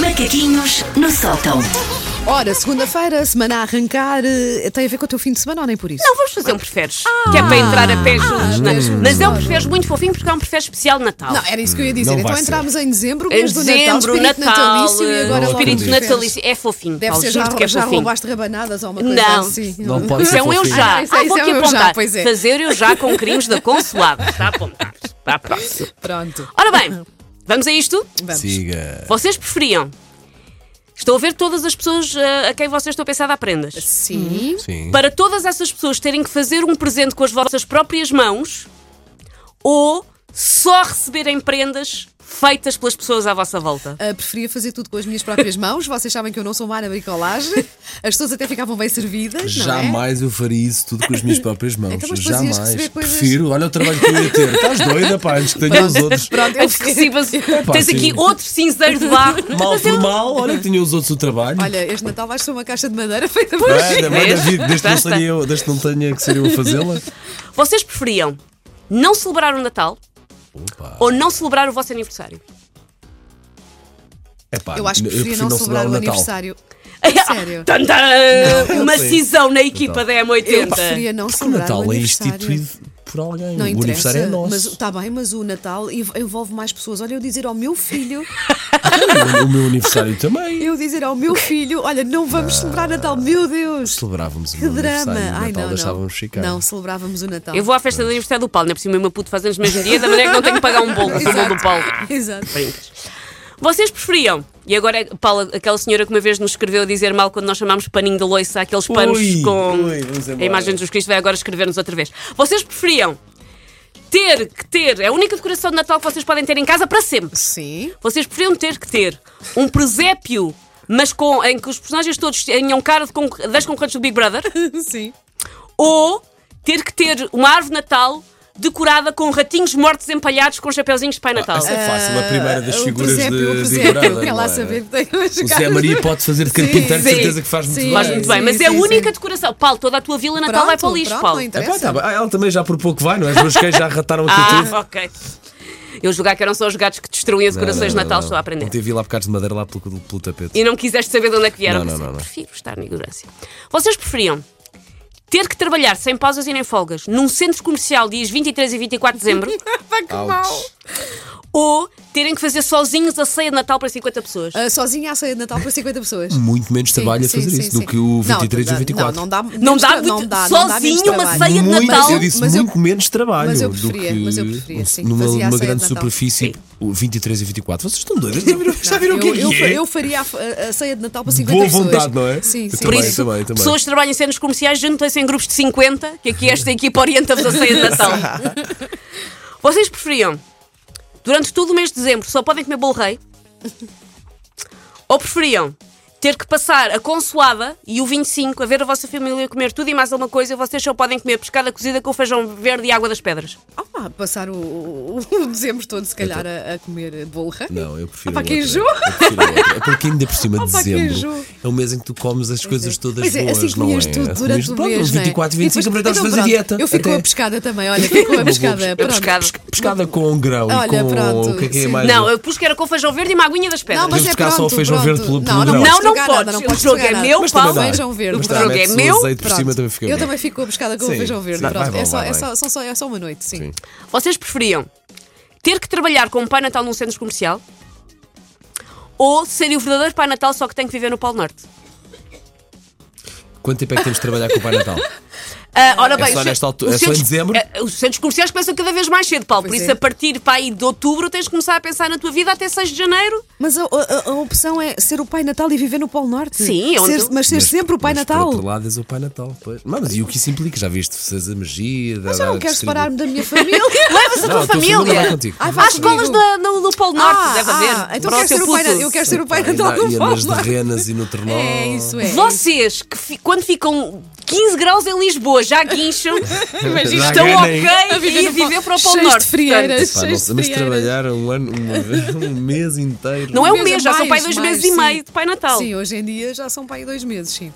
Macaquinhos no sótão. Ora, segunda-feira, semana a arrancar, eh, tem a ver com o teu fim de semana ou nem por isso? Não, vamos fazer um preferes. que é Ah. para entrar a pé juntos. não é? Mas é um preferes muito fofinho porque é um preferes especial de Natal. Não, era isso que eu ia dizer. Não então vai entrámos em dezembro, Em mês do Natal, dezembro, espírito Natal, natalício e agora o eh, logo espírito nos natalício é fofinho. Deve Paulo, ser já, juro que é já fofinho. roubaste rebanadas ou uma coisa Não. assim. Não pode Isso ser é um eu fofinho. já. Ah, isso é- Ah, vou isso é aqui um eu já, apontar. pois é. Fazer eu já com crimes da Consulado. Está apontado. Está pronto. Pronto, Ora bem, vamos a isto? vamos. Siga. Vocês preferiam? Estou a ver todas as pessoas ah, a quem vocês estão a pensar dar prendas. Sim. Sim. Para todas essas pessoas terem que fazer um presente com as vossas próprias mãos ou só receberem prendas feitas pelas pessoas à vossa volta? Ah, preferia fazer tudo com as minhas próprias mãos. Vocês sabem que eu não sou má na bricolagem. As pessoas até ficavam bem servidas. não é? Jamais eu faria isso tudo com as minhas próprias mãos. Então, mas depois ias Jamais. receber coisas- Prefiro, olha o trabalho que eu ia ter. Estás doida, pá, antes que tenha os outros. Pronto, eu Antes que recebas, Epá, tens sim. aqui outro cinzeiro de barro. Mal por mal, olha que tinha os outros o trabalho. Olha, este Natal vais ser uma caixa de madeira feita por mim. Manda, manda vês? vir, desde que Já é, não está. tenha eu, desde que não tenha que ser eu a fazê-la. Vocês preferiam não celebrar o Natal Opa. ou não celebrar o vosso aniversário? Epá, Eu acho que preferia prefiro não celebrar sobrar o Natal. aniversário. Sério? Tan, tan! Não, eu Uma sei. cisão na equipa Então. da Eu M80. preferia não Porque o sobrar o Natal é aniversário. instituído por alguém. Não o interessa. aniversário é nosso. Mas está bem, mas o Natal env- envolve mais pessoas. Olha, eu dizer ao meu filho, O meu aniversário também. eu dizer ao meu filho, olha, não Ah. vamos celebrar Natal, meu Deus! Celebrávamos o Que meu drama! aniversário. no Ai, Natal não, não. deixávamos ficar. Não, celebrávamos o Natal. Eu vou à festa do aniversário do Paulo, não é preciso o meu puto fazendo no mesmo dia, da maneira que não tenho que pagar um bolo, porque o bolo do Paulo. Exato. Brincas. Vocês preferiam? E agora, é- Paula, aquela senhora que uma vez nos escreveu a dizer mal quando nós chamámos paninho de loiça, aqueles panos Ui, com ui, vamos a embora. imagem de Jesus Cristo, vai agora escrever-nos outra vez. Vocês preferiam ter que ter, é a única decoração de Natal que vocês podem ter em casa para sempre. Sim. Vocês preferiam ter que ter um presépio, mas com, em que os personagens todos tenham cara de con- das concorrentes do Big Brother, Sim. ou ter que ter uma árvore de Natal decorada com ratinhos mortos empalhados com chapeuzinhos de Pai Natal. Essa é fácil, a primeira das Ah, o figuras presépio, o de, de presépio, Grada, quer lá não é? saber que tem umas O Zé caras- Maria pode fazer de carpinteiro, de Sim. certeza que faz muito Sim. bem. Faz muito bem, Sim, mas é a sim, única decoração. Paulo, toda a tua vila Natal vai para o Pronto, lipos, pronto, então. Paulo. não É pá, interessa. tá bem. Ah, ela também já por pouco vai, não é? Os meus queijos já arrataram aqui Ah, tudo. ok. Eu julgar que eram só os gatos que destruíam as decorações de Natal, estou a aprender. Ontem vi lá bocados de madeira lá pelo, pelo tapete. E não quiseste saber de onde é que vieram. Não, não, Pensei, não, não. Prefiro estar na ignorância. Vocês preferiam ter que trabalhar sem pausas e nem folgas num centro comercial dias 23 e 24 de dezembro Pá, que mal. ou terem que fazer sozinhos a ceia de Natal para 50 pessoas? Ah, sozinha à ceia de Natal para 50 pessoas. Muito menos trabalho a Sim, fazer sim, isso sim, do sim. que o 23 não, e o 24. Não, não dá, Não dá muito- sozinho uma ceia de muito, Natal, eu disse mas eu- muito menos trabalho mas eu do preferia, que mas eu preferia, sim, numa, fazia a numa ceia grande de Natal. superfície, Sim. o 23 e 24. Vocês estão doidos? Já viram, já viram o que é eu, que eu, é? eu faria a, a- a ceia de Natal para 50 Boa pessoas. vontade, não é? Sim, Eu sim. Por Também, isso, também, também. pessoas que trabalham em centros comerciais juntem-se em grupos de 50, que aqui esta equipa orienta-vos a ceia de Natal. Vocês preferiam, durante todo o mês de dezembro, só podem comer bolo rei? Ou preferiam ter que passar a consoada e o 25 a ver a vossa família comer tudo e mais alguma coisa e vocês só podem comer pescada cozida com feijão verde e água das pedras? Ah, pá, passar o, o, o dezembro todo, se calhar, a, a comer bolo rei. Então. Não, eu prefiro Ah, a pá, que outra. enjoo. Eu prefiro a outra. É porque ainda por cima de pá, que dezembro enjoo. é o mês em que tu comes as coisas todas Pois é, boas, assim não é? comias tudo Comias- durante o pronto, mês. os não é? 24, E 25 depois- aproveitamos então, fazer pronto, dieta. Eu fico com até. a pescada também, olha, fico com a pescada. pescada. Pronto. Pesca- Pescada com grão Olha, e com pronto, o que é que é sim. mais? Não, eu pus que era com feijão verde e uma aguinha das pedras. Não, mas Vamos é buscar pronto, só o feijão pronto. verde pelo- Não, pelo não, podes grão. Não, não estragar nada, podes. não podes O jogo é estragar nada. meu, Mas Paulo. também dá. Feijão O verde. jogo é metes o meu? um azeite por Pronto. cima também fica Eu bem. também fico com a pescada com o Sim, feijão verde. sim. Pronto, Vai, é, só, vai, é, vai. só, são só, é só uma noite, sim. Sim. Vocês preferiam ter que trabalhar como Pai Natal num centro comercial ou serem o verdadeiro Pai Natal só que tem que viver no Polo Norte? Quanto tempo é que temos de trabalhar com o Pai Natal? Ah, ora bem, só os- nesta altura- os é só em centros- dezembro? eh, Os centros comerciais começam cada vez mais cedo, Paulo. Pois por isso, é. a partir para aí de outubro, tens de começar a pensar na tua vida até 6 de janeiro. Mas a, a- a opção é ser o Pai Natal e viver no Polo Norte. Sim, é onde Ser- eu- mas ser Mas- sempre o Pai mas Natal. Por outro lado, és o Pai Natal. Pois. Mas, mas e o que isso implica? Já viste? Fazes a magia. Mas eu não quero separar-me da minha família. Levas a tua Não, a tua família vai família. contigo. Ai, vai Às escolas comigo. da- do, do Polo Norte, deve haver. Ah, então Para o quero teu ser o pai, puto. Na- eu quero ser o Pai Natal E no Polo andas de Norte. renas e no ternó. É, isso é. Vocês, que fi- quando ficam 15 graus em Lisboa, já guincham, Já estão ganhei. ok e viver para o Polo Cheios de Norte. frieiras. portanto. Pá, não sei, mas Cheias de trabalhar um ano, um, um mês inteiro. Não é um Mês a mês, já são mais, pai dois mais, meses e sim. meio de Pai Natal. Sim, hoje em dia já são pai dois meses, sim.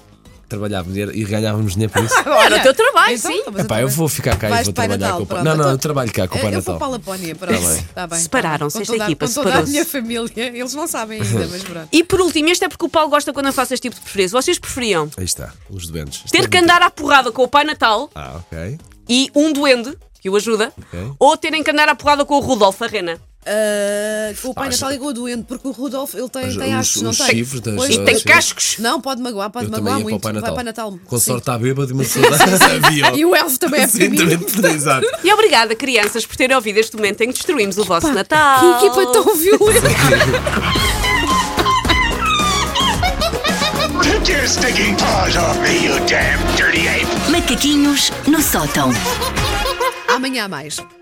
trabalhávamos e era- e ganhávamos dinheiro por isso. Era o teu trabalho, Então, sim. mas Epá, eu vou ficar cá e Vais vou de Pai trabalhar Natal, com o Pai pronto. Não, não, Então, eu trabalho cá com o Eu, Pai eu vou Natal. para a Lapónia, pronto. bem. Tá bem. Separaram-se, Com esta toda a- equipa Com toda a separou-se. minha família, eles não sabem ainda, mas pronto. E por último, este é porque o Paulo gosta quando eu faço este tipo de preferência. Vocês preferiam Aí está, os doentes. Isto ter é que muito- andar à porrada com o Pai Natal Ah, ok. e um duende que o ajuda, Ok. ou terem que andar à porrada com o Rodolfo Arrena. Ah, com o pai Ah, Natal e com o doente, porque o Rodolfo ele tem, Os- tem os- astros, não os tem? chifres das- Pois, E Ah, tem sim. cascos. Não, pode magoar, pode Eu magoar também ia para muito. o Pai Natal. Vai para Natal. Com sim. sorte à bêbada e uma pessoa dá E o elfo também é pequenino. Exato. E obrigada, crianças, por terem ouvido este momento em que destruímos o vosso Natal. Que equipa tão violenta. Take your stinking paws off me, you damn dirty ape! Macaquinhos no sótão. Amanhã há mais.